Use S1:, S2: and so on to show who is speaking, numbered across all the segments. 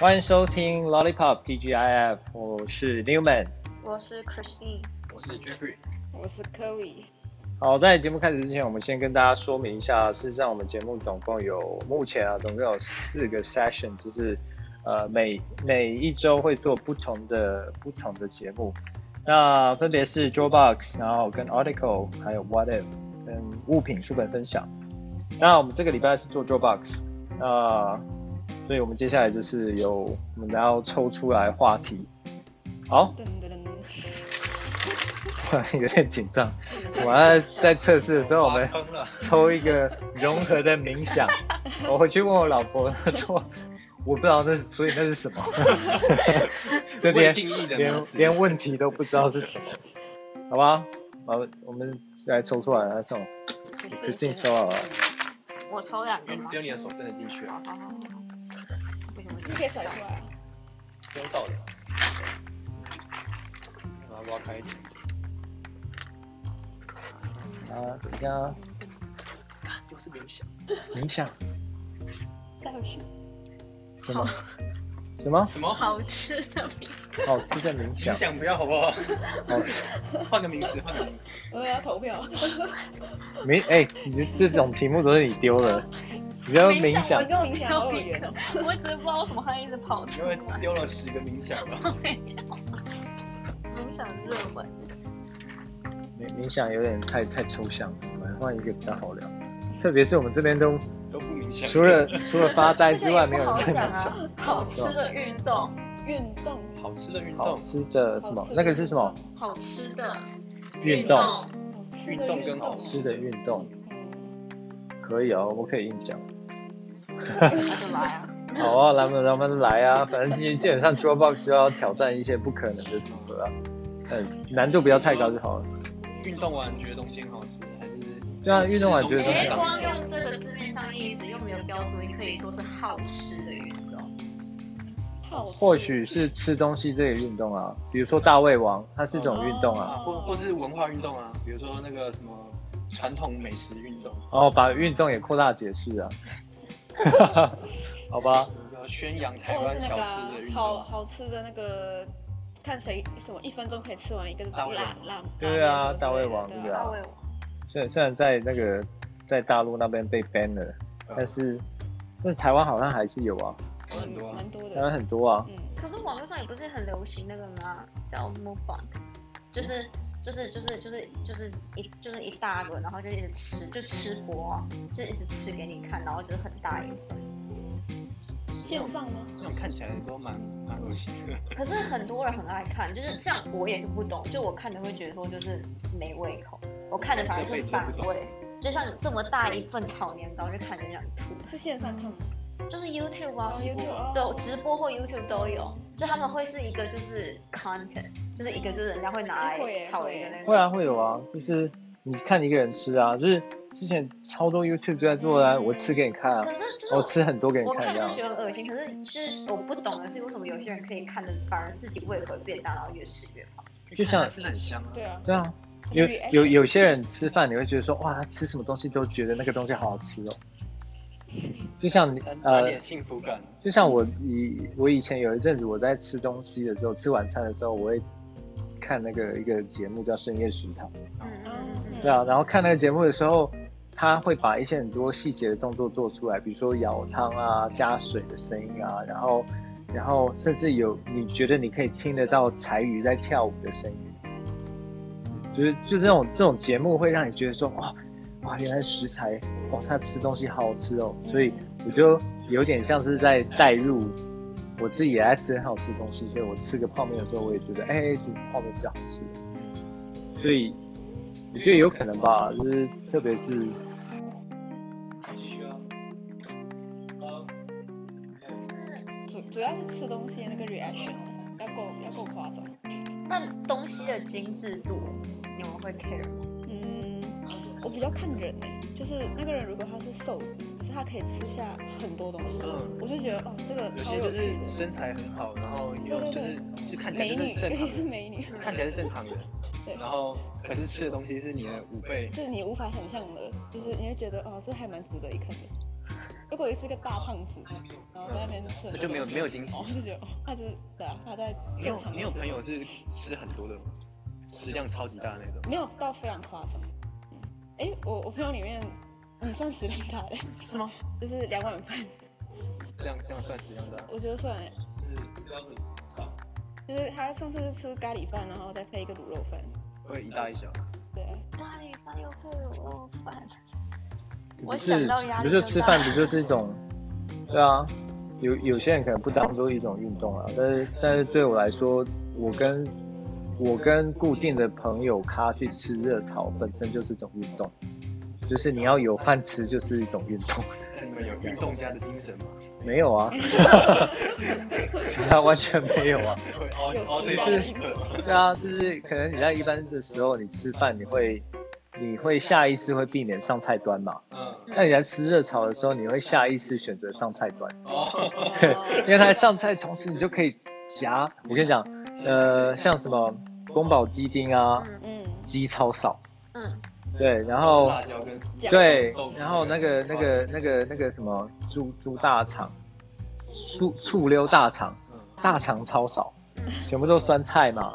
S1: 欢迎收听 Lollipop TGIF，我是 Newman。
S2: 我是 Christine，
S3: 我是 Jeffrey，
S4: 我是科比，
S1: 好，在节目开始之前，我们先跟大家说明一下，事实上我们节目总共有目前啊，总共有四个 session，就是呃每每一周会做不同的不同的节目，那分别是 Joe Box，然后跟 Article，还有 What If，跟物品书本分享。那我们这个礼拜是做 Joe Box，那、所以我们接下来就是由我们要抽出来话题。好，
S4: 噔噔噔，
S1: 有点紧张，我要在测试的时候我们。
S3: 坑了，
S1: 抽一个融合的冥 想，我回去问我老婆，她说我不知道那是，所以那是什 么，就连
S3: 未定义的
S1: 连
S3: 名词
S1: 连问题都不知道是什么，好吧？好，我们来抽出来，来送。Christine 抽好了
S2: 我抽两
S3: 因
S2: 个哦
S3: 为你
S2: 吗
S3: 只？有你的手伸得进去啊，
S2: 哦为什么
S4: 你可以甩出来啊。
S3: 不用倒的。啊把它挖开一点，
S1: 啊，等一下啊，
S3: 又是冥想，
S1: 冥想
S4: 带回去。
S1: 什么？什么
S3: 什么？
S2: 好吃的饼？
S1: 好吃的冥
S3: 冥
S1: 想？
S3: 想不要好不好？
S1: 好吃
S3: 换个名词，换个名词。
S4: 我要投票。
S1: 没哎、你这种题目都是你丢的，你要冥
S2: 冥想
S1: 想
S4: 我跟我影响好有
S2: 一
S4: 缘
S2: 个，我只是不知道为什么它一直跑出
S3: 因
S2: 来。
S3: 为丢了十个冥想吧，
S2: 没有，冥想热门，
S1: 冥冥想有点太太抽象了，我们换一个比较好聊。特别是我们这边 都
S3: 都不冥想。
S1: 除了除了发呆之外，
S2: 这
S1: 没
S2: 个
S1: 有
S2: 也
S1: 人
S2: 不好
S1: 在
S2: 讲
S1: 冥想。
S2: 啊。好吃的运动，
S4: 运动，
S3: 好吃的 运
S1: 好
S3: 动，
S1: 吃的什么
S4: 好？吃
S1: 那
S4: 的
S1: 个是什么？
S2: 好吃的
S1: 运动
S4: 好吃的
S3: 运动跟好
S1: 吃
S3: 吃
S1: 的运动
S4: 嗯
S1: 可以哦，我们可以硬讲。
S2: 那就来啊！
S1: 好啊，来嘛，咱们来啊！反正今天基本上 Dropbox 要挑战一些不可能的组合啊，嗯，难度不要太高就好了。
S3: 运动完觉得东西很好吃，还是
S1: 对啊运动完觉得东西
S2: 哎，
S1: 很好
S2: 光用这个字面上意思又没有标注，可以说是好吃的运动。
S4: 好吃
S1: 或许是吃东西这个运动啊，比如说大胃王，它是一种运动啊。
S3: 啊，或或是文化运动啊，比如说那个什么传统美食运动，
S1: 哦，把运动也扩大解释啊。 好吧，
S3: 比如说宣扬台
S4: 或者
S3: 湾
S4: 是那
S3: 小
S4: 个
S3: 吃的
S4: 啊
S3: 运
S4: 好
S3: 动。
S4: 好吃的那个，看谁什么一分钟可以吃完一个
S3: 大胃
S4: 辣
S3: 王
S4: 辣。
S1: 对啊
S4: 辣面什么之类的
S1: 大胃王
S4: 对啊
S1: 对啊
S2: 大胃王，
S1: 虽然虽然在那个在大陆那边被 ban 了，但是但台湾好像还是有啊，
S3: 有很多啊
S4: 嗯蛮多
S1: 台湾
S4: 的。
S1: 很多啊。
S4: 嗯，
S2: 可是网络上也不是很流行那个吗？叫 mukbang，就是就是就是就是就是一就是一大个，然后就一直吃，就吃播啊，就一直吃给你看，然后就是很大一份。
S4: 线上吗？
S3: 那种看起来都蛮蛮恶心的。
S2: 可是很多人很爱看，就是像我也是不懂，就我看着会觉得说就是没胃口，我看着反而是反胃。就像这么大一份炒年糕，就看着想吐。
S4: 是线上看吗？
S2: 就是 YouTube
S4: 哦
S2: 啊，
S4: ，YouTube 哦
S2: 对，直播或 YouTube 都有，就他们会是一个就是 content，就是一个就是人家哎会拿
S4: 会
S2: 来
S4: 耶
S2: 炒
S4: 会
S2: 一个
S4: 耶
S2: 那个。
S1: 会啊，会有啊，就是你看一个人吃啊，就是之前超多 YouTube 都在做啊，
S4: 嗯
S1: 我吃给你看啊
S2: 可，是就是
S1: 我吃很多给你
S2: 我
S1: 看
S2: 看
S1: 这
S2: 就
S1: 样。
S2: 觉得很恶心，可是就是我不懂的是，为什么有些人可以看着反而自己胃口变大，然后越吃越胖？
S1: 就像
S3: 吃的很香啊，
S4: 对啊。
S1: 对啊，有
S4: Reaction
S1: 有有些人吃饭你会觉得说哇，他吃什么东西都觉得那个东西好好吃哦，就像你
S3: 有
S1: 呃
S3: 点，幸福感。
S1: 就像我以我以前有一阵子我在吃东西的时候，吃晚餐的时候，我会看那个一个节目叫《深夜食堂》。
S2: 嗯
S1: 对啊，然后看那个节目的时候，他会把一些很多细节的动作做出来，比如说舀汤啊、加水的声音啊，然后，然后甚至有你觉得你可以听得到柴鱼在跳舞的声音，就是就这种这种节目会让你觉得说，哦哇、哇，原来食材，哇，他吃东西好好吃哦，所以我就有点像是在带入。我自己也爱吃很好吃的东西，所以我吃个泡面的时候，我也觉得，哎、这泡面比较好吃。所以我觉得有可能吧，就是特别是
S3: 继续啊。好，yes
S2: 嗯
S4: 主主要是吃东西的那个 reaction 要够要够夸张。
S2: 但东西的精致度，你们会 care 吗？
S4: 嗯，我比较看人呢、就是那个人如果他是瘦子，可是他可以吃下很多东西，
S3: 嗯
S4: 我就觉得哦，这个
S3: 有
S4: 超
S3: 些就
S4: 有趣
S3: 是
S4: 的。
S3: 身材很好，然后
S4: 对
S3: 有
S4: 对
S3: 就是
S4: 对
S3: 就看起来
S4: 美
S3: 就
S4: 女，
S3: 是
S4: 尤
S3: 正
S4: 其是
S3: 常
S4: 美女，
S3: 的，看起来是正常的，
S4: 对，
S3: 然后可是吃的东西是你的五倍。
S4: 就是你无法想象的，就是你会觉得哦，这还蛮值得一看的。如果你是个大胖子，然后在那边吃很多东西，
S3: 那就没有没有惊喜
S4: 我就觉得哦，他是对啊，他在
S3: 你
S4: 正
S3: 有
S4: 常的
S3: 你有
S4: 吃
S3: 朋友是吃很多的吗？食量超级大的那种，
S4: 没有到非常夸张。哎、我我朋友里面，你算食量大的，
S3: 是吗？
S4: 就是两碗饭，
S3: 这样这样算食量大？
S4: 我觉得算欸，
S3: 是标准少，
S4: 就是他上次是吃咖喱饭，然后再配一个卤肉饭，
S3: 会一大一小。
S4: 对啊，
S2: 咖喱饭又配卤肉饭，我
S1: 不
S2: 想
S1: 是
S2: 到压力
S1: 不是
S2: 就
S1: 吃
S2: 大
S1: 饭不就是一种，对啊，有有些人可能不当做一种运动啊，但是但是对我来说，我跟我跟固定的朋友咖去吃热炒，本身就是一种运动，就是你要有饭吃就是一种运动，
S3: 那你们有运动家的精神吗？
S1: 没有 啊，他完全没有啊，
S3: 会哦熬
S4: 有
S3: 熬
S4: 食
S3: 这
S4: 量的
S3: 次
S4: 精神。
S1: 对啊，就是可能你在一般的时候你吃饭你会你会下意识会避免上菜单嘛，
S3: 嗯，
S1: 那你在吃热炒的时候你会下意识选择上菜单。
S4: 嗯
S3: 哦，
S1: 因为它在上菜的同时，你就可以夹。我跟你讲，呃，像什么宫保鸡丁啊，
S2: 嗯
S4: 嗯，
S1: 鸡超少，
S2: 嗯，
S1: 对，然后
S3: 辣椒哦跟
S4: 这样，
S1: 对，然后那个那个那个那个什么猪猪大肠，醋醋溜大肠，
S3: 嗯，
S1: 大肠超少
S2: 嗯，
S1: 全部都酸菜嘛。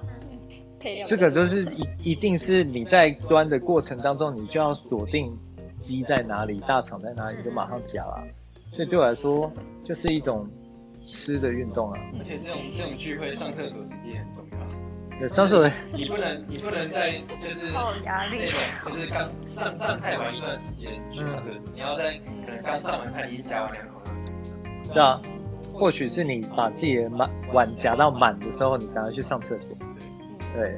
S4: 配料比较
S1: 这个都是一一定是你在端的过程当中，你就要锁定鸡在哪里，大肠在哪里，你就马上夹啦。所以对我来说，就是一种吃的运动啊。
S3: 而且这种这种聚会上厕所时间也很重要，
S1: 有上手的
S3: 你不能你不能在就是
S2: 嗯好有压
S3: 那
S2: 力。
S3: 种就是刚上上菜完一段时间去上
S1: 嗯
S3: 厕所，你要在可能刚上完菜已经夹完两口了。
S1: 对啊，或许是你把自己的满碗夹到满的时候，你赶快去上厕所。对，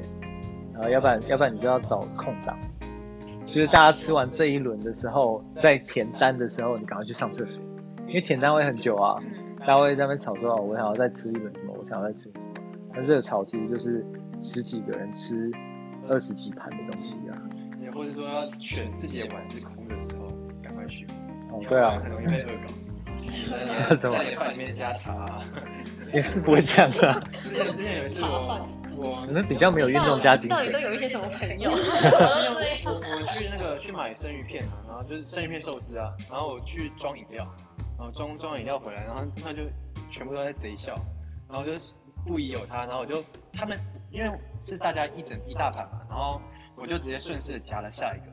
S1: 然后要不然要不然你就要找空档，就是大家吃完这一轮的时候，在填单的时候，你赶快去上厕所，因为填单会很久啊，
S2: 嗯
S1: 大家会在那边吵说，哦，我想要再吃一轮什么，我想要再吃什么。那热炒其实就是十几个人吃二十几盘的东西啊。
S3: 也或者说要选自己的碗是空的时候赶快去，
S1: 哦，对啊，
S3: 很容易被恶搞。
S1: 为什么
S3: 在你的饭里面加茶、啊，
S1: 也是不会这样的啊、
S3: 之前之前有一次
S4: 茶
S3: 我
S4: 饭
S3: 我
S1: 你们比 较没有运动家精
S2: 到底
S1: 神
S2: 都。有一些什么朋 友？对
S3: 我我去那个去买生鱼片啊，然后就是生鱼片寿司啊，然后我去装饮料，然后装装饮料回来，然后他就全部都在贼笑，然后我就不疑有他，然后我就他们因为是大家一整一大盘嘛，然后我就直接顺势夹了下一个，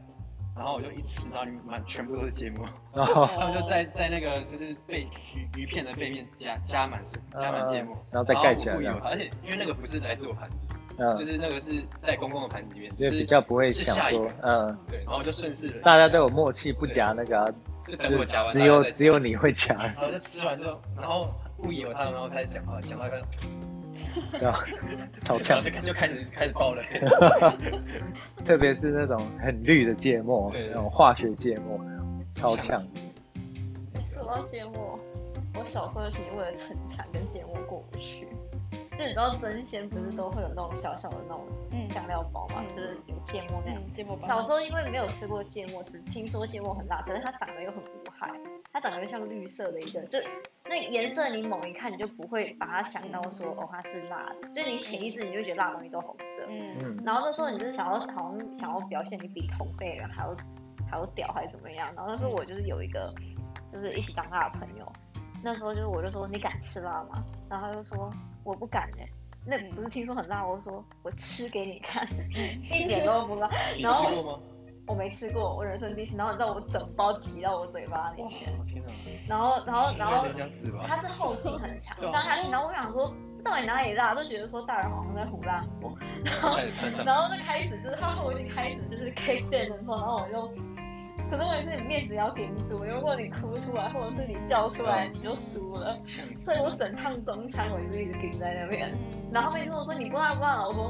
S3: 然后我就一吃，然后里面满全部都是芥末，
S1: 然后，
S3: 他们就在在那个就是被鱼鱼片的背面加加满是加满芥末，
S1: 呃嗯然后再盖起来
S3: 我不疑有他，而且因为那个不是来自我盘子，就
S1: 嗯，
S3: 是那个是在公共的盘子里面，
S1: 就是比较不会
S3: 是
S1: 想
S3: 下一
S1: 说
S3: 个，
S1: 嗯。
S3: 对，然后我就顺势了
S1: 大家都有默契，不夹那个啊、
S3: 就等
S1: 就
S3: 我夹完，
S1: 只有
S3: 大家再
S1: 只有你会夹，
S3: 然后就吃完之后，然后不疑有他，然后开始讲话，讲话开始
S1: 对吧？超
S3: 然
S1: 呛
S3: 后，就就开始开始 爆了。
S1: 特别是那种很绿的芥末，
S3: 对
S1: 那种化学芥末，超呛。
S2: 什么芥末？我小时候就是为了逞强跟芥末过不去。就你知道真鲜不是都会有那种小小的那种
S4: 嗯
S2: 酱料包嘛，就是有芥末那样。
S4: 嗯芥末包，
S2: 小时候因为没有吃过芥末，只听说芥末很辣，可是它长得又很无害，它长得又像绿色的一个，就那颜色你猛一看你就不会把它想到说哦它是辣的，就你潜意识你就觉得辣的东西都红色。
S4: 嗯，
S1: 嗯，
S2: 然后那时候你就是想要好像想要表现你比同辈人还要还要屌还是怎么样？然后那时候我就是有一个就是一起长大的朋友，那时候就是我就说你敢吃辣吗？然后他就说我不敢哎、那不是听说很辣？我就说我吃给你看，一点都不辣。
S3: 你
S2: 然后
S3: 吃过吗？
S2: 我没吃过，我人生第一次。然后你知道我整包挤到我嘴巴里
S4: 哇，
S2: 面，
S3: 我哦天哪！
S2: 然后然 后然后
S3: 人家死吧。
S2: 它是后劲很强，
S3: 对啊
S2: 当下去，然后我想说这到底哪里辣，都觉得说大人好像在胡乱我。
S3: 开始穿上，
S2: 然后就开始就是他后劲开始就是 K 变的时候，然后我就，可是问题是你面子要顶住，如果你哭出来或者是你叫出
S1: 嗯
S2: 来，你就输了。
S3: 呛死
S2: 所以我整趟中餐我就一直顶在那边。
S4: 嗯
S2: 然后他们就跟我说你不辣不辣，我说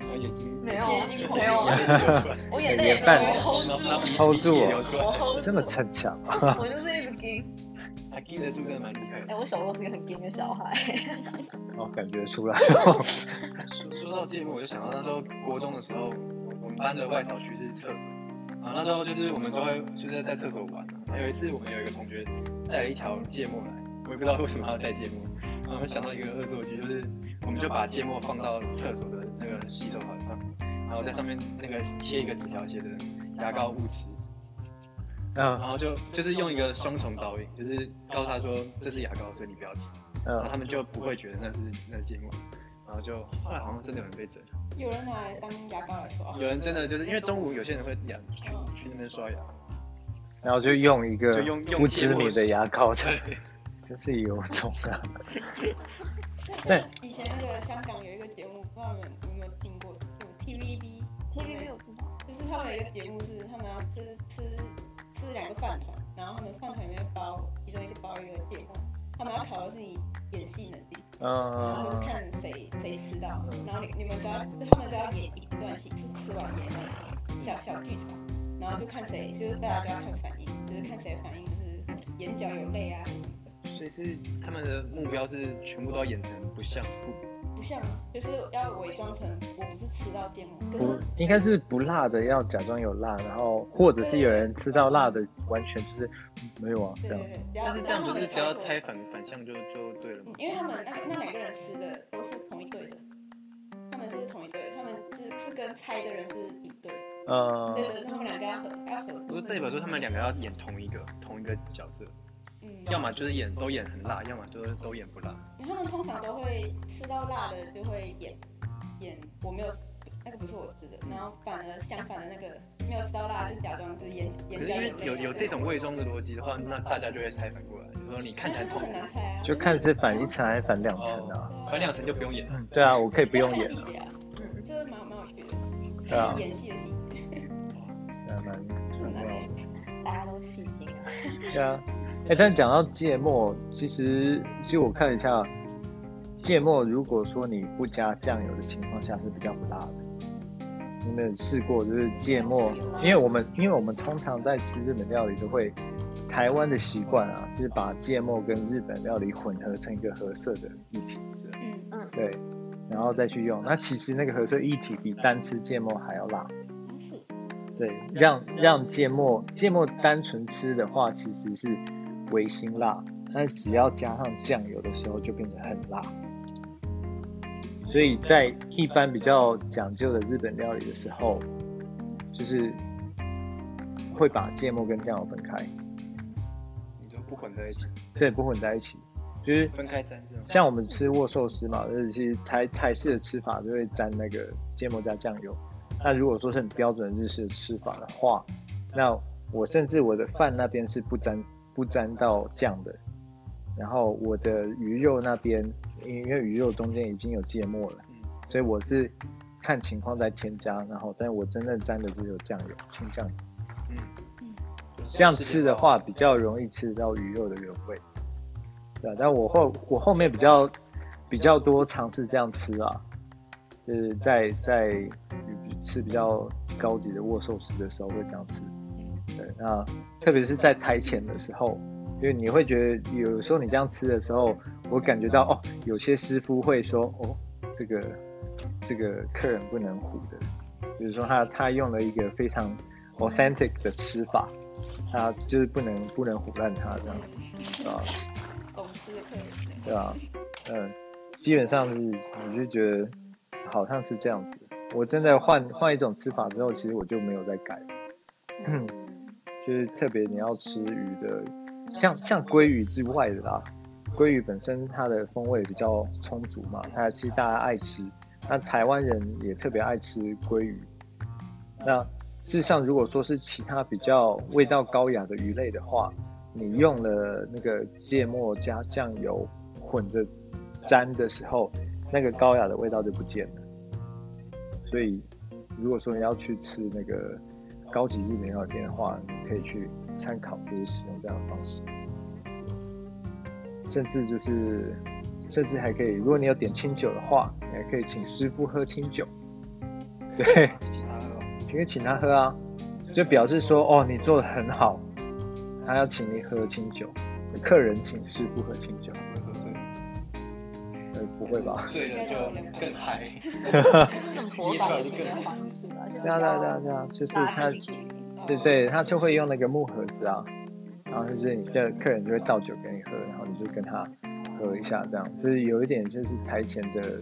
S3: 然后眼睛
S2: 没有啊
S4: 眼睛
S2: 没有，
S3: 眼
S1: 啊
S3: 睛流出来
S2: 我眼泪也
S1: 眼
S2: 没
S1: 泛
S2: 有 hold 住，
S3: 然后鼻
S1: Hold 住
S3: 鼻涕
S1: 哦
S3: 流出
S2: 我
S3: 来，
S2: hold 住，
S1: 这么啊逞强，
S2: 我就是一直顶。
S3: 还盯得住，真的蛮厉害
S2: 哎，
S3: 的。
S2: 我小时候是一个很顶的小 孩。
S1: 我感觉出 来。
S3: 说说到这一幕，我就想到那时候国中的时候，我我们班的外扫区是厕所，然后那时候就是我们都会就是在厕所玩啊。然后有一次我们有一个同学带了一条芥末来，我也不知道为什么他要带芥末，然后我们想到一个恶作剧，就是我们就把芥末放到厕所的那个洗手台上，然后在上面那个贴一个纸条，写着“牙膏勿吃”。然
S1: 嗯
S3: 后就就是用一个双重导引，就是告诉他说这是牙膏，所以你不要吃，然后
S1: 嗯，
S3: 他们就不会觉得那是那是芥末，然后就后来好像真的有人被整，
S4: 有人拿来当牙膏来刷，
S3: 有人真的就是因为中午有些人会牙
S4: 啊嗯
S3: 去去那边刷牙，
S1: 然后就用一个
S3: 就用用
S1: 不知名的牙膏，这
S3: 对，
S1: 真是有种啊！
S4: 像以前那个香港有一个节目，不知道你们有没有听过，有 TVB，
S2: TVB 我不知道，
S4: 就是他们有一个节目是他们要吃吃吃两个饭团，然后他们饭团里面包其中一个包一个芥末，他们要考的是你演戏能力，然后就
S1: 嗯，
S4: 看谁谁吃到
S3: 嗯，
S4: 然后你你们都要他们都要演一段戏，是吃完演一段戏，小小剧场，然后就看谁就是大家就要看反应，就是看谁的反应就是眼角有泪啊还是什么的。
S3: 所以是他们的目标是全部都要演成不像不
S4: 不像，就是要伪装成我不是吃到芥末，可
S1: 不
S4: 是，
S1: 应该是不辣的要假装有辣，然后或者是有人吃到辣的，完全就是嗯没有啊
S4: 对
S1: 这样
S4: 对。对，只要
S3: 但是这样
S4: 他
S3: 不
S4: 们
S3: 是只要
S4: 说
S3: 猜反反向就就对了吗
S4: 嗯？因为他们那个那两个人吃的都是同一队的，他们是同一队，他们是是跟猜的人是一队，
S1: 嗯
S4: 对对，他们两个要合要合，
S3: 不是代表说他们两个要演同一个同一个角色，
S4: 嗯，
S3: 要么就是演都演很辣，要么就是都演不辣。
S4: 因为他们通常都会吃到辣的就会演演我没有那个不是我吃的，然后反而相反的那个没有吃到辣就假装就是眼
S3: 可
S4: 眼
S3: 是
S4: 角
S3: 因为
S4: 泪啊
S3: 有有这种伪装的逻辑的话，那大家就会猜反过来，就是说你看起
S4: 那 就
S3: 来
S4: 是
S3: 痛
S4: 很
S3: 苦，
S4: 难猜啊，
S1: 就看是反一层还是反两层啊？
S4: 对啊
S3: 反两层就不用演了。
S1: 嗯，对啊，我可以不用演
S4: 比较
S1: 了
S4: 看，细节啊，嗯，这蛮蛮有趣的，
S1: 对啊
S4: 演戏的戏，
S1: 还蛮
S4: 很难
S1: 蛮
S2: 大家都戏精啊。
S1: 对啊，哎、但讲到芥末，其实其实我看了一下，芥末如果说你不加酱油的情况下是比较不辣的。你们有试过就是芥末？因为我们因为我们通常在吃日本料理都会，台湾的习惯啊，是把芥末跟日本料理混合成一个合色的一体，
S4: 嗯，
S1: 对，然后再去用。那其实那个合色一体比单吃芥末还要辣。
S4: 好像是，
S1: 对，让让芥末芥末单纯吃的话，其实是微辛辣，但是只要加上酱油的时候，就变得很辣。所以在一般比较讲究的日本料理的时候，就是会把芥末跟酱油分开，
S3: 你就不混在一起，
S1: 对，不混在一起。就是
S3: 分开沾是吗？
S1: 像我们吃握寿司嘛，就是其实台台式的吃法就会沾那个芥末加酱油。那如果说是很标准的日式的吃法的话，那我甚至我的饭那边是不沾不沾到酱的，然后我的鱼肉那边，因为鱼肉中间已经有芥末了，
S3: 嗯，
S1: 所以我是看情况再添加，然后但我真正沾的只有酱油、清酱油，
S3: 嗯
S4: 嗯，
S1: 这样吃的话比较容易吃到鱼肉的原味。对啊，但我后我后面比较比较多尝试这样吃啊，就是在在吃比较高级的握寿司的时候会这样吃。对，那特别是在台前的时候，因为你会觉得有时候你这样吃的时候，我感觉到哦，有些师傅会说哦，这个这个客人不能唬的，比如说他他用了一个非常 authentic 的吃法，他就是不能不能唬烂他这样，对吧、
S4: 懂吃的客人，
S1: 对啊，嗯，基本上是我就觉得好像是这样子。我真的换换一种吃法之后，其实我就没有再改，嗯就是特别你要吃鱼的，像像鲑鱼之外的啦，鲑鱼本身它的风味比较充足嘛，它其实大家爱吃，那台湾人也特别爱吃鲑鱼。那事实上，如果说是其他比较味道高雅的鱼类的话，你用了那个芥末加酱油混着沾的时候，那个高雅的味道就不见了。所以，如果说你要去吃那个高级日本料理店的话，你可以去参考，就是使用这样的方式。甚至就是，甚至还可以，如果你有点清酒的话，你还可以请师傅喝清酒。对，
S3: 其他的
S1: 可以请他喝啊，就表示说哦，你做的很好，他要请你喝清酒，客人请师傅喝清酒，
S3: 不会喝醉，
S1: 呃，不会吧？
S3: 醉了就更嗨。
S2: 这啊是种活法的方式吧？就
S1: 对啊对啊对啊对啊，就是他，
S4: 哦
S1: 对对，他就会用那个木盒子啊，然后就是你的客人就会倒酒给你喝，然后你就跟他喝一下，这样就是有一点就是台前的，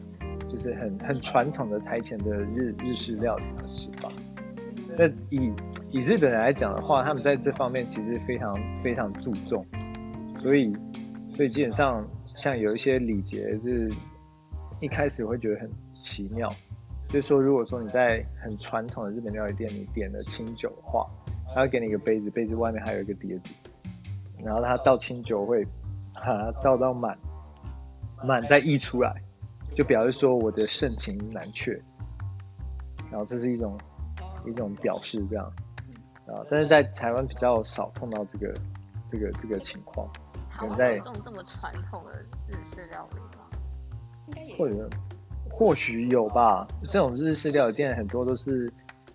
S1: 就是很很传统的台前的日日式料理的吃法。那以以以日本人来讲的话，他们在这方面其实非常非常注重，所以所以基本上像有一些礼节是一开始会觉得很奇妙，就是说如果说你在很传统的日本料理店你点了清酒的话，他会给你一个杯子，杯子外面还有一个碟子，然后他倒清酒会把它倒到满，满再溢出来，就表示说我的盛情难却，然后这是一种一种表示这样，啊，但是在台湾比较少碰到这个这个这个情况，
S2: 台
S1: 在
S2: 湾有这种这么传统的日式料理吗？
S4: 应该也
S1: 或者或许有吧，这种日式料理店很多都是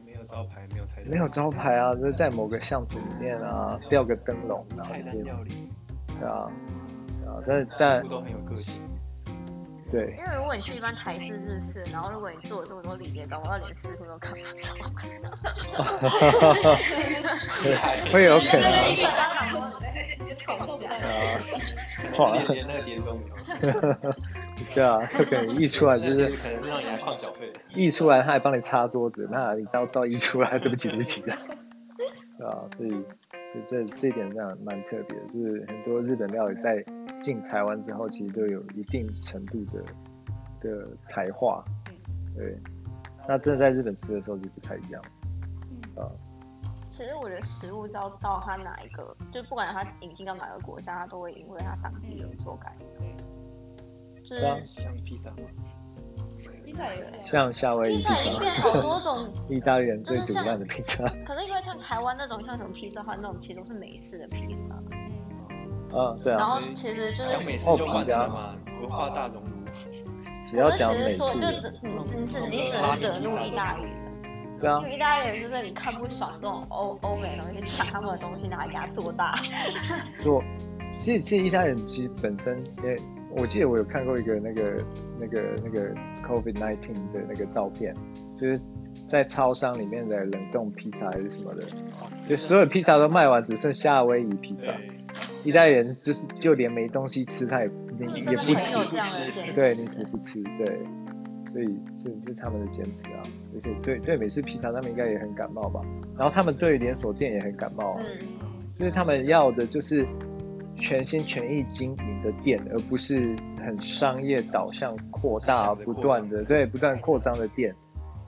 S3: 没有招牌，没有菜单，
S1: 没有招牌啊，就是在某个巷子里面啊吊个灯笼，然后
S3: 菜单
S1: 就
S3: 料理，
S1: 对啊，对啊，但是
S3: 食
S1: 但
S3: 物都很有个性。
S1: 对
S2: 因为如果你去一般台式、日式，然后如果你做了这么多礼节，搞不好连师傅都看不到。
S1: 会有可能
S2: 一巴掌说
S4: 感受不到。
S1: 啊，哇
S3: 连连那个碟子都没有，
S1: 对啊，有可能溢出来就
S3: 那个
S1: 是
S3: 碟子可能是让你来放小费的。
S1: 溢出来，他还帮你擦桌子，那你到到溢出来，对不起，对不起的，对啊，所以就这这一点上蛮特别的，就是很多日本料理在进台湾之后，其实都有一定程度的的台化，对，那真的在日本吃的时候就不太一样，啊，
S2: 其实我觉得食物到到它哪一个，就不管它引进到哪个国家，它都会因为它当地而做改变。就
S1: 对啊
S2: 是
S3: 像披萨吗？
S4: 披萨也是啊，
S1: 像夏威夷
S2: 披
S1: 披
S2: 萨已经变
S1: 萨，
S2: 好多种，
S1: 意大利人最独烂的披萨，
S2: 可是因为像台湾那种像什么披萨，它那种其实都是美式的披萨，
S1: 啊，对
S2: 然
S1: 啊，
S2: 后其实就是
S3: 像美
S1: 哦
S3: 食就完了嘛，文化大熔炉。
S1: 只要
S2: 我
S1: 讲
S2: 就只
S1: 美
S2: 是说，
S1: 式
S2: 就
S1: 的，
S2: 只你你只你只能惹怒意大利人，
S1: 对啊
S2: 因，为意大利人就是你看不爽这种欧欧美的东西，抢他们的东西拿来给他做大。
S1: 做，其实其实意大利人其实本身也，我记得我有看过一个那个那个那个 COVID nineteen 的那个照片，就是在超商里面的冷冻披萨还是什么的，就所有披萨都卖完，只剩夏威夷披萨。
S3: 对，
S1: 意大利人就是就连没东西吃，他也也
S2: 你
S1: 也
S2: 真的
S1: 不
S2: 很
S1: 吃
S2: 有，这样的坚持，
S1: 对，你只不吃，对，所以这这是他们的坚持啊。而且对对美式披萨，他们应该也很感冒吧？然后他们对连锁店也很感冒啊。
S2: 嗯，
S1: 就是他们要的就是全心全意经营的店，而不是很商业导向扩大、
S3: 市场的
S1: 不
S3: 扩张
S1: 断的对不断扩张的店。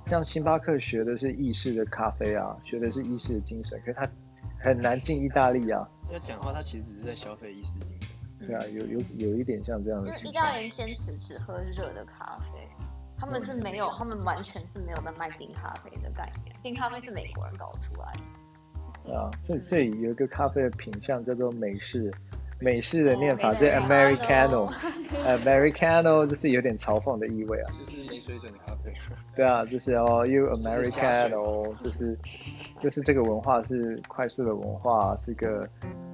S1: 像星巴克学的是意式的咖啡啊，学的是意式的精神，可是它很难进意大利啊。
S3: 要讲的话，它其实只是在消费意识精神。
S1: 对啊，有有有一点像这样
S2: 就
S1: 的
S2: 是
S1: 情
S2: 意大
S1: 况
S2: 利。人坚持只喝热的咖啡，他们是没有，他们完全是没有在卖冰咖啡的概念，冰咖啡是美国人搞出来的。
S1: 对啊，所以所以有一个咖啡的品相叫做美式，美式的念法
S4: 哦
S1: 是
S2: 美式
S1: Americano，Americano、Americano 就是有点嘲讽的意味啊。
S3: 就是没水准的咖啡。
S1: 对啊，就是哦，You
S3: 就是加
S1: American
S3: 水
S1: 哦，就是就是这个文化是快速的文化，是个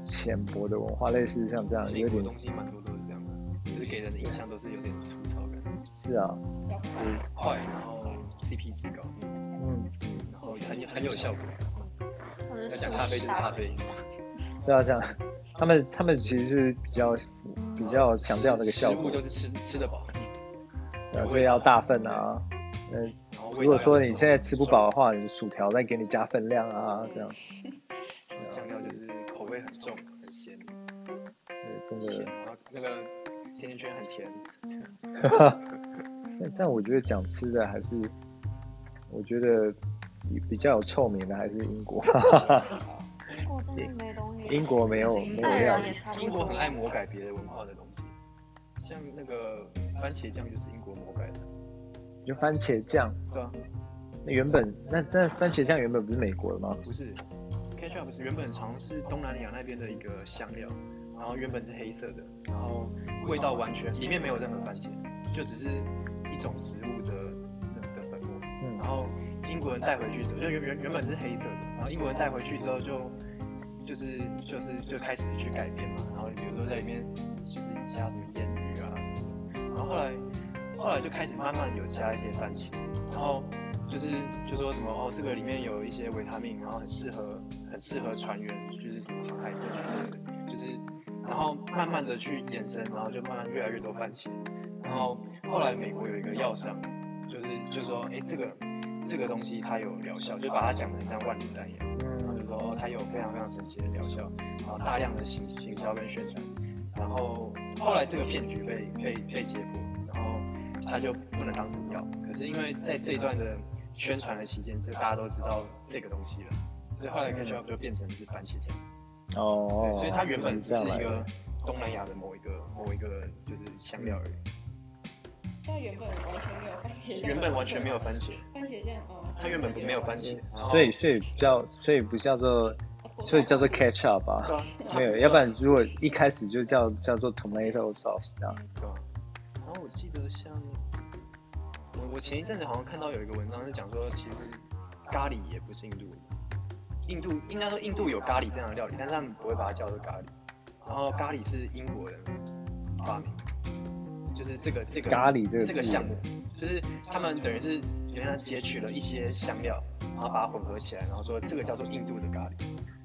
S1: 浅薄的文化，类似像这样，
S3: 美
S1: 有
S3: 国
S1: 点
S3: 东西蛮多都是这样的，就是给人的印象都是有点粗糙的，
S1: 是啊，
S4: 比较快
S3: 快，然后 CP 值高，
S1: 嗯，
S3: 然后很很有效果。
S2: 他们
S3: 要
S2: 是素
S3: 讲咖啡就
S2: 食
S3: 是
S2: 咖
S3: 咖
S2: 啡
S3: 啡，，
S1: 对啊，这样，他们他们其实是比较比较强调那个效
S3: 食物
S1: 果，
S3: 就是吃吃得饱，
S1: 对啊，所以要大份啊。嗯，
S3: 然后味道
S1: 如果说你现在吃不饱的话，你薯条再给你加份量啊，这样，
S3: 要重，酱料就是口味很重很咸，
S1: 对，真
S3: 甜
S1: 的。
S3: 然后那个甜甜圈很甜，
S1: 但但我觉得讲吃的还是，我觉得比较有臭名的还是英国。
S2: 英国真的没东西。
S1: 英国 没有没有
S2: 爱尔
S1: 料
S2: 兰
S1: 理
S2: 也，差不多。
S3: 英国很爱魔改别的文化的东西，像那个番茄酱就是英国魔改的，
S1: 就番茄酱。
S3: 对啊，
S1: 那原本那那番茄酱原本不是美国的吗？
S3: 不是，ketchup 是原本好像是东南亚那边的一个香料，然后原本是黑色的，然后味道完全里面没有任何番茄，就只是一种植物的的的粉末。
S1: 嗯
S3: 然，后英国人带回去之后，就原原原本是黑色的，然后英国人带回去之后就就是就是就开始去改变嘛，然后比如说在里面就是加什么腌鱼啊什么的，然后后来后来就开始慢慢有加一些番茄，然后就是就说什么哦这个里面有一些维他命，然后很适合很适合船员，就是什么航海生之类的，就是然后慢慢的去延伸，然后就慢慢越来越多番茄，然后后来美国有一个药商。就是就说，哎、这个这个东西它有疗效，就把它讲的像万灵丹一样，
S1: 嗯
S3: 哦，它有非常非常神奇的疗效，然后大量的行行销跟宣传，然后后来这个骗局被被被揭破，然后它就不能当成药。可是因为在这一段的宣传的期间，就大家都知道这个东西了，所以后来 Ketchup 就变成是番茄酱。
S1: 嗯哦
S3: 对，所以它原本只
S1: 这
S3: 是
S1: 样
S3: 一
S1: 来
S3: 个
S1: 的
S3: 东南亚的某一个某一个就是香料而已，
S4: 但原本完全没有番茄酱，
S3: 原本完全没有番茄，
S4: 番茄酱哦，
S3: 它原本没有番茄，然后
S1: 所以所以叫所以不叫做
S4: 哦
S1: 所以叫做 catch up
S3: 对
S1: 啊，
S3: 啊
S1: 没有，要不然如果一开始就叫叫做 tomato sauce 这样，
S3: 对啊然后我记得像我我前一阵子好像看到有一个文章是讲说，其实咖喱也不是印度的，印度应该说印度有咖喱这样的料理，但是他们不会把它叫做咖喱，然后咖喱是英国人发明，就是这个这个
S1: 咖喱这个
S3: 这个
S1: 字
S3: 项目，就是他们等于是原来截取了一些香料，然后把它混合起来，然后说这个叫做印度的咖喱。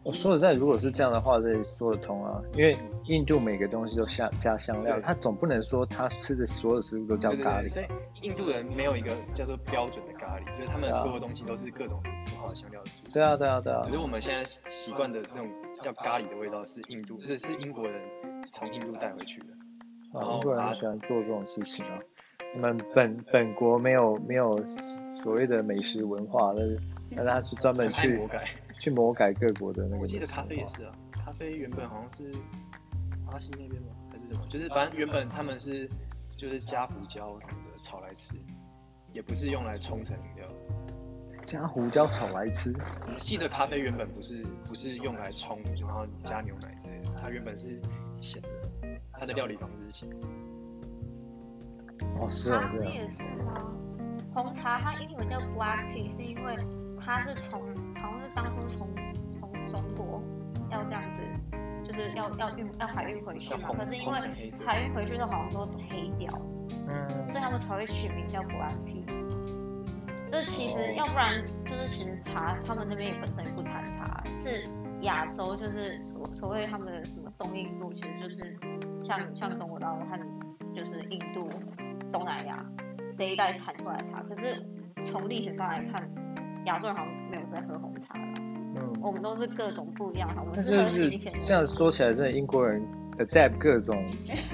S1: 我说实在，如果是这样的话，这也说得通啊，因为印度每个东西都香加香料，
S3: 对
S1: 它总不能说它吃的所有食物都叫
S3: 对对
S1: 咖
S3: 对
S1: 喱
S3: 所以印度人没有一个叫做标准的咖喱，就是他们所有东西都是各种不好的香料组
S1: 啊
S3: 成。
S1: 对啊，对啊，对啊
S3: 只，是我们现在习惯的这种叫咖喱的味道是印度，这是英国人从印度带回去的。
S1: 啊，英国人很喜欢做这种事情啊。你们本本国没有没有所谓的美食文化，但是但是他是专门
S3: 很爱
S1: 去
S3: 魔改。
S1: 去魔改各国的那个
S3: 我
S1: 美食
S3: 记得
S1: 文化。
S3: 咖啡也是啊，咖啡原本好像是巴西那边吗？还是什么？就是
S1: 啊
S3: 反正原本他们是就是加胡椒什么的炒来吃，也不是用来冲成饮料。
S1: 加胡椒炒来吃，
S3: 我记得咖啡原本不是不是用来冲，然后加牛奶之类的，它原本是咸的，它的料理方式是咸的。
S1: 哦，是哦
S2: 茶，不
S1: 对
S2: 是
S1: 啊，
S2: 也是吗？红茶它英文叫 black tea，是因为它是从好像是当初从从中国要这样子，就是要要运要海运回去
S3: 像
S2: 嘛。
S3: 红
S2: 可是因为
S3: 红橙黑色
S2: 海运回去的好像都黑掉，
S1: 嗯，
S2: 所以他们才会取名叫 black tea。就是其实要不然就是其实茶，他们那边也本身也不产茶，是亚洲就是所所谓他们的什么东印度，其实就是像像中国大陆和就是印度、东南亚这一带产出来的茶。可是从历史上来看，亚洲人好像没有在喝红茶了，
S1: 嗯，
S2: 我们都是各种不一样的，我们
S1: 但
S2: 是喝
S1: 是
S2: 新
S1: 就
S2: 鲜
S1: 是
S2: 的。
S1: 这样说起来，真的英国人 adapt 各 种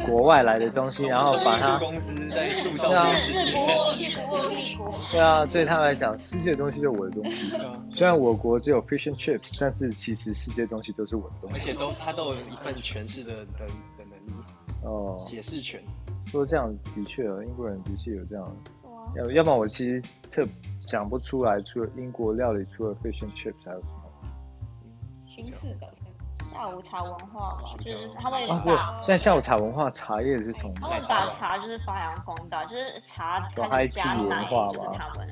S1: 国外来的东 西，然后把它，
S3: 公司在塑造
S1: 对啊
S3: 这件事
S2: 是
S3: 情
S2: 不握力，不握力，不
S1: 对啊，对他们来讲，世界的东西就是我的东西。
S3: 对啊
S1: 虽然我国只有 fish and chips，但是其实世界东西都是我的东
S3: 而
S1: 西。
S3: 且都他都有一份诠释的的的能力，
S1: 哦，
S3: 解释权。
S1: 说这样的确哦，英国人的确有这样，
S2: 哇
S1: 要要不然我其实特讲不出来，除了英国料理，除了 fish and chips 还有什么？
S4: 英式嗯早餐，
S2: 下午茶文化吧，就是他们
S1: 啊，
S2: 把
S1: 对，但下午茶文化，茶叶是从
S2: 他们把哦茶就是发扬光大，就是茶
S1: 有
S2: 开
S1: 嗨
S2: 始
S1: 气
S2: 加奶
S1: 文化，
S2: 就是
S1: 吧
S2: 他们，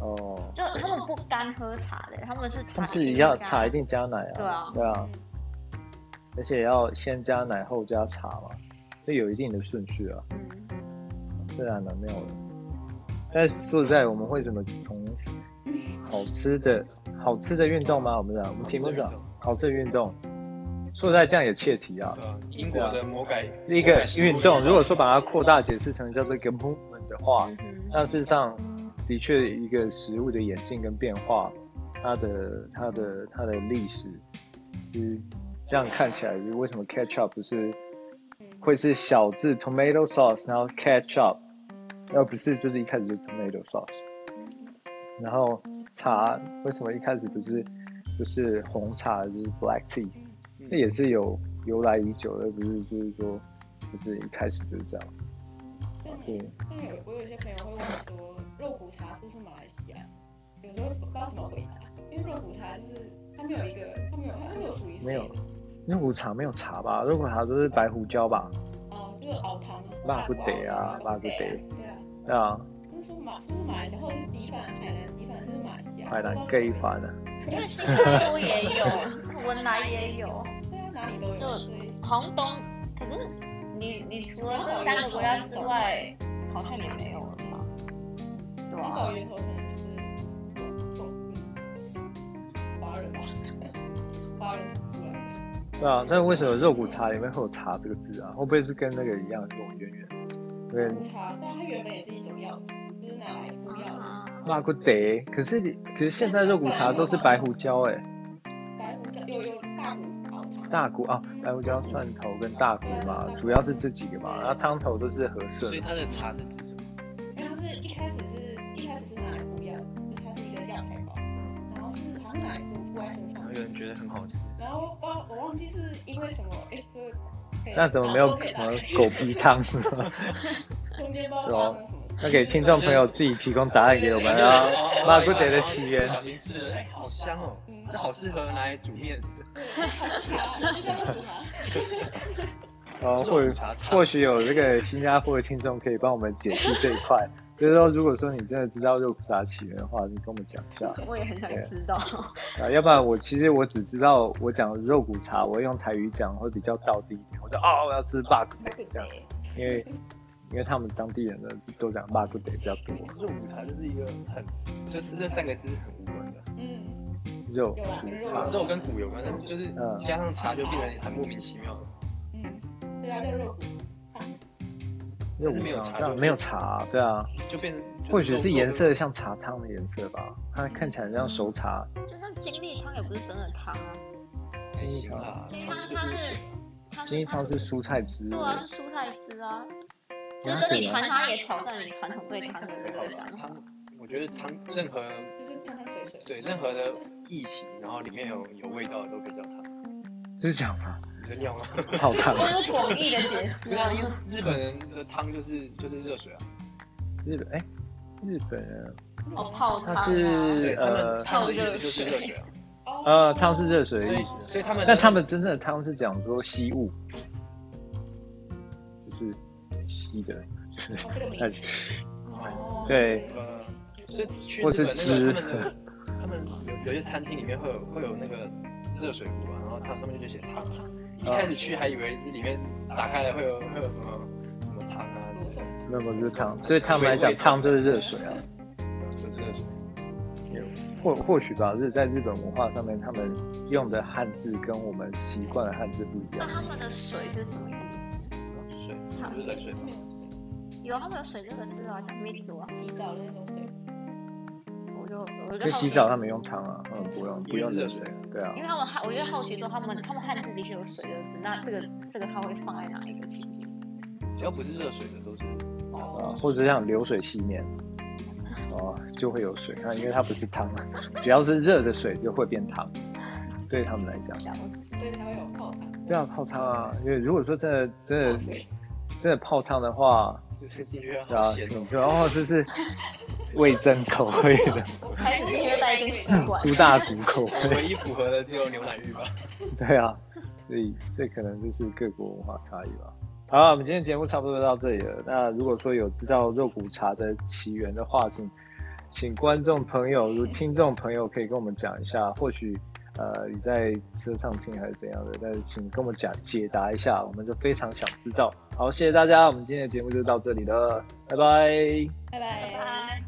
S1: 哦，
S2: 就他们不干喝茶的，他们是
S1: 他
S2: 茶
S1: 们自己要
S2: 加
S1: 茶一定加奶啊，
S2: 对啊
S1: 对啊，
S4: 嗯
S1: 而且要先加奶后加茶嘛，这有一定的顺序啊，
S2: 嗯，
S1: 自然的没有了。但是说实在，我们会怎么从好吃的、好吃的运动吗？我们讲，我们题目讲好吃的运动。说实在，这样也切题啊
S3: 对。啊，英国的魔改
S1: 一个运动，如果说把它扩大解释成叫做一个 movement 的话，
S2: 嗯
S1: 那事实上的确一个食物的演进跟变化，它的它的它的历史，就是这样看起来，就是为什么 ketchup 不是
S4: 嗯，
S1: 会是小字 tomato sauce，然后 ketchup，而不是就是一开始就 tomato sauce，然后茶为什么一开始不是不是红茶，就是 black tea，那
S3: 嗯
S1: 也是有由来已久的，而不是就是说就是一开始就是这样，
S4: 但
S1: 对。
S4: 但有我有一些朋友会问我说，肉骨茶是不是马来西亚？有时候不知道怎么回答，因为肉骨茶就是它没有一个，它没有，它没有属于谁
S1: 没
S4: 的
S1: 有肉骨茶没有茶吧？肉骨茶都是白胡椒吧？
S4: 哦，就是熬汤啊，
S1: 肉骨茶啊
S4: 肉骨
S1: 肉骨
S4: 茶
S1: 茶
S4: 对啊。
S1: 对啊，
S4: 那是马，是不是马来西亚，或者是鸡饭，海南鸡饭是不是马来西亚？
S1: 海南
S4: 我不知道
S1: gay 饭啊，
S2: 因为新加坡也有， 文莱也有，
S4: 对啊，哪里都有，
S2: 就
S4: 所以
S2: 好像东，可是你你除了这三个国家之外，好像也没有了吧？
S1: 哦
S2: 对
S4: 你
S2: 吧
S4: 找？源头可能就是嗯华人吧，华人出来的。
S1: 对啊。那为什么肉骨茶里面会有茶这个字啊？会不会是跟那个一样这种渊源？
S3: 嗯
S4: 红
S1: 对，
S4: 茶，但它原本也是一种药，就是拿来敷药的。
S2: 啊
S1: 肉骨茶。可是你可是现在肉骨茶都是白胡椒哎、大骨啊，白胡椒、蒜头跟大骨嘛，主要是这几个嘛，然后汤头都是和
S3: 所
S1: 顺
S3: 以。它的茶的是什么？
S4: 因为它是一开始是一开始是拿来敷药，就是它是一个药材包，
S1: 嗯
S4: 然后是好像拿来敷敷在身
S3: 然
S4: 上
S3: 后，有人觉得很好吃，
S4: 然后我忘我忘记是因为什么，哎、这个可以啊
S1: 那怎么没有
S4: 可以
S1: 什
S4: 打
S1: 么
S4: 开
S1: 狗逼汤？
S4: 中间不知道发生什么事。
S1: 那给听 众朋友自己提供答案给我们啊。 马古德的起源
S3: 小林吃了，哎，好香哦
S4: 嗯，
S3: 这好适合拿来煮面，
S4: 对，好像茶，就像 喝茶。
S1: 然后
S3: 做
S1: 哦或
S3: 午
S1: 者
S3: 茶汤。
S1: 或许有这个新加坡的听众可以帮我们解释这一块。就是说，如果说你真的知道肉骨茶起源的话，你跟我们讲一下
S2: 我也很想知道。
S1: 啊，要不然我其实我只知道我讲肉骨茶，我用台语讲会比较道地一点。我说哦，我要吃霸骨
S4: 对
S1: 得这样，因为因为他们当地人呢都讲霸骨得比较多，
S3: 肉骨茶就是一个很，就是这三个字是很无关的，
S4: 嗯，
S1: 肉骨
S4: 有啦有
S1: 茶
S3: 啊肉跟骨有关，但就是
S1: 嗯
S3: 加上茶就变得很莫名其妙了。
S4: 嗯，对啊，叫肉骨。
S1: 肉
S3: 但是没有
S1: 骨
S3: 茶
S1: 茶，没有茶，对啊，
S3: 就变成
S1: 或许是颜色像茶汤的颜色吧，它看起来像熟茶，
S2: 就像精力汤也不是真的汤啊，
S3: 还行吧，
S2: 精力汤它是它
S1: 金
S2: 是
S1: 一汤是蔬菜汁
S2: 对啊，是蔬菜汁啊。就
S1: 啊
S2: 跟你
S1: 对啊
S2: 传它也挑战了你传统对汤的那
S3: 好
S2: 个想法。
S3: 汤，我觉得汤任何
S4: 就是汤汤水水。
S3: 对任何的液体，然后里面有有味道的都可以叫汤。
S1: 是这样吗？
S3: 你的尿吗？
S1: 好烫
S2: 这
S1: 啊！
S2: 是广义的解释啊，
S3: 日本人的汤就是就是热水啊，
S1: 日本哎、日本人
S2: 哦泡汤
S1: 它
S2: 啊，
S1: 是
S3: 对他们
S1: 呃
S3: 他们的意思就是热水啊，
S4: 哦
S1: 呃汤是热水
S3: 所
S1: 的意
S3: 以
S1: 思，
S3: 所以他们
S1: 那他们真正的汤是讲说吸物，就是吸的，
S4: 哦，这个名
S1: 呃
S4: 字。哦。
S1: 对
S3: 呃，所以去
S1: 或是
S3: 日本
S1: 汁
S3: 那个他们的他们有有些餐厅里面会有会有那个热水壶啊，然后它上面就写汤。啊一开始去还以为是里面打开来会有会有什么什么汤啊，
S4: 罗宋
S1: 那么就是汤，对他们来讲汤就是热水啊。
S3: 就是热水。
S1: 或或许吧，是在日本文化上面，他们用的汉字跟我们习惯的汉字不一
S2: 那
S1: 样。
S2: 他们的水是什么意思？
S3: 啊水就是冷水嘛，
S2: 有他们有水这个字啊，叫 m e t o 啊，
S4: 洗澡的那种水。
S2: 我就我
S1: 因为
S2: 就好
S1: 洗
S2: 奇
S1: 澡他们用汤啊，嗯，不用不用热水，对啊
S2: 因。为他们好，我就好奇说他们他们汉字的确有水这个字，那这个这个它会放在哪一个情景？
S3: 只要不是热水的都是。
S1: 啊，
S4: 哦。
S1: 或者像流水细面，哦，就会有水啊，因为它不是汤 啊，只要是热的水就会变汤，对他们来讲，
S2: 了
S4: 所以才会有泡汤。
S1: 对啊，泡汤啊，因为如果说真的真
S4: 泡
S1: 的
S4: 水。
S1: 真的泡汤的话，
S3: 就是进去
S1: 对
S3: 好
S1: 啊，
S3: 咸
S1: 你
S3: 哦，
S1: 说哦，这是味增口味 的，
S2: 我开始觉得带进食管，
S1: 猪大骨口味，
S3: 唯一符合的只有牛奶浴吧。
S1: 对啊，所以这可能就是各国文化差异吧。好了，我们今天节目差不多到这里了。那如果说有知道肉骨茶的起源的话，请请观众朋友、如听众朋友可以跟我们讲一下，或许呃你在车上听还是怎样的，但是请跟我们讲解答一下，我们就非常想知道。好，谢谢大家，我们今天的节目就到这里了，拜拜。
S4: 拜拜。
S2: 拜。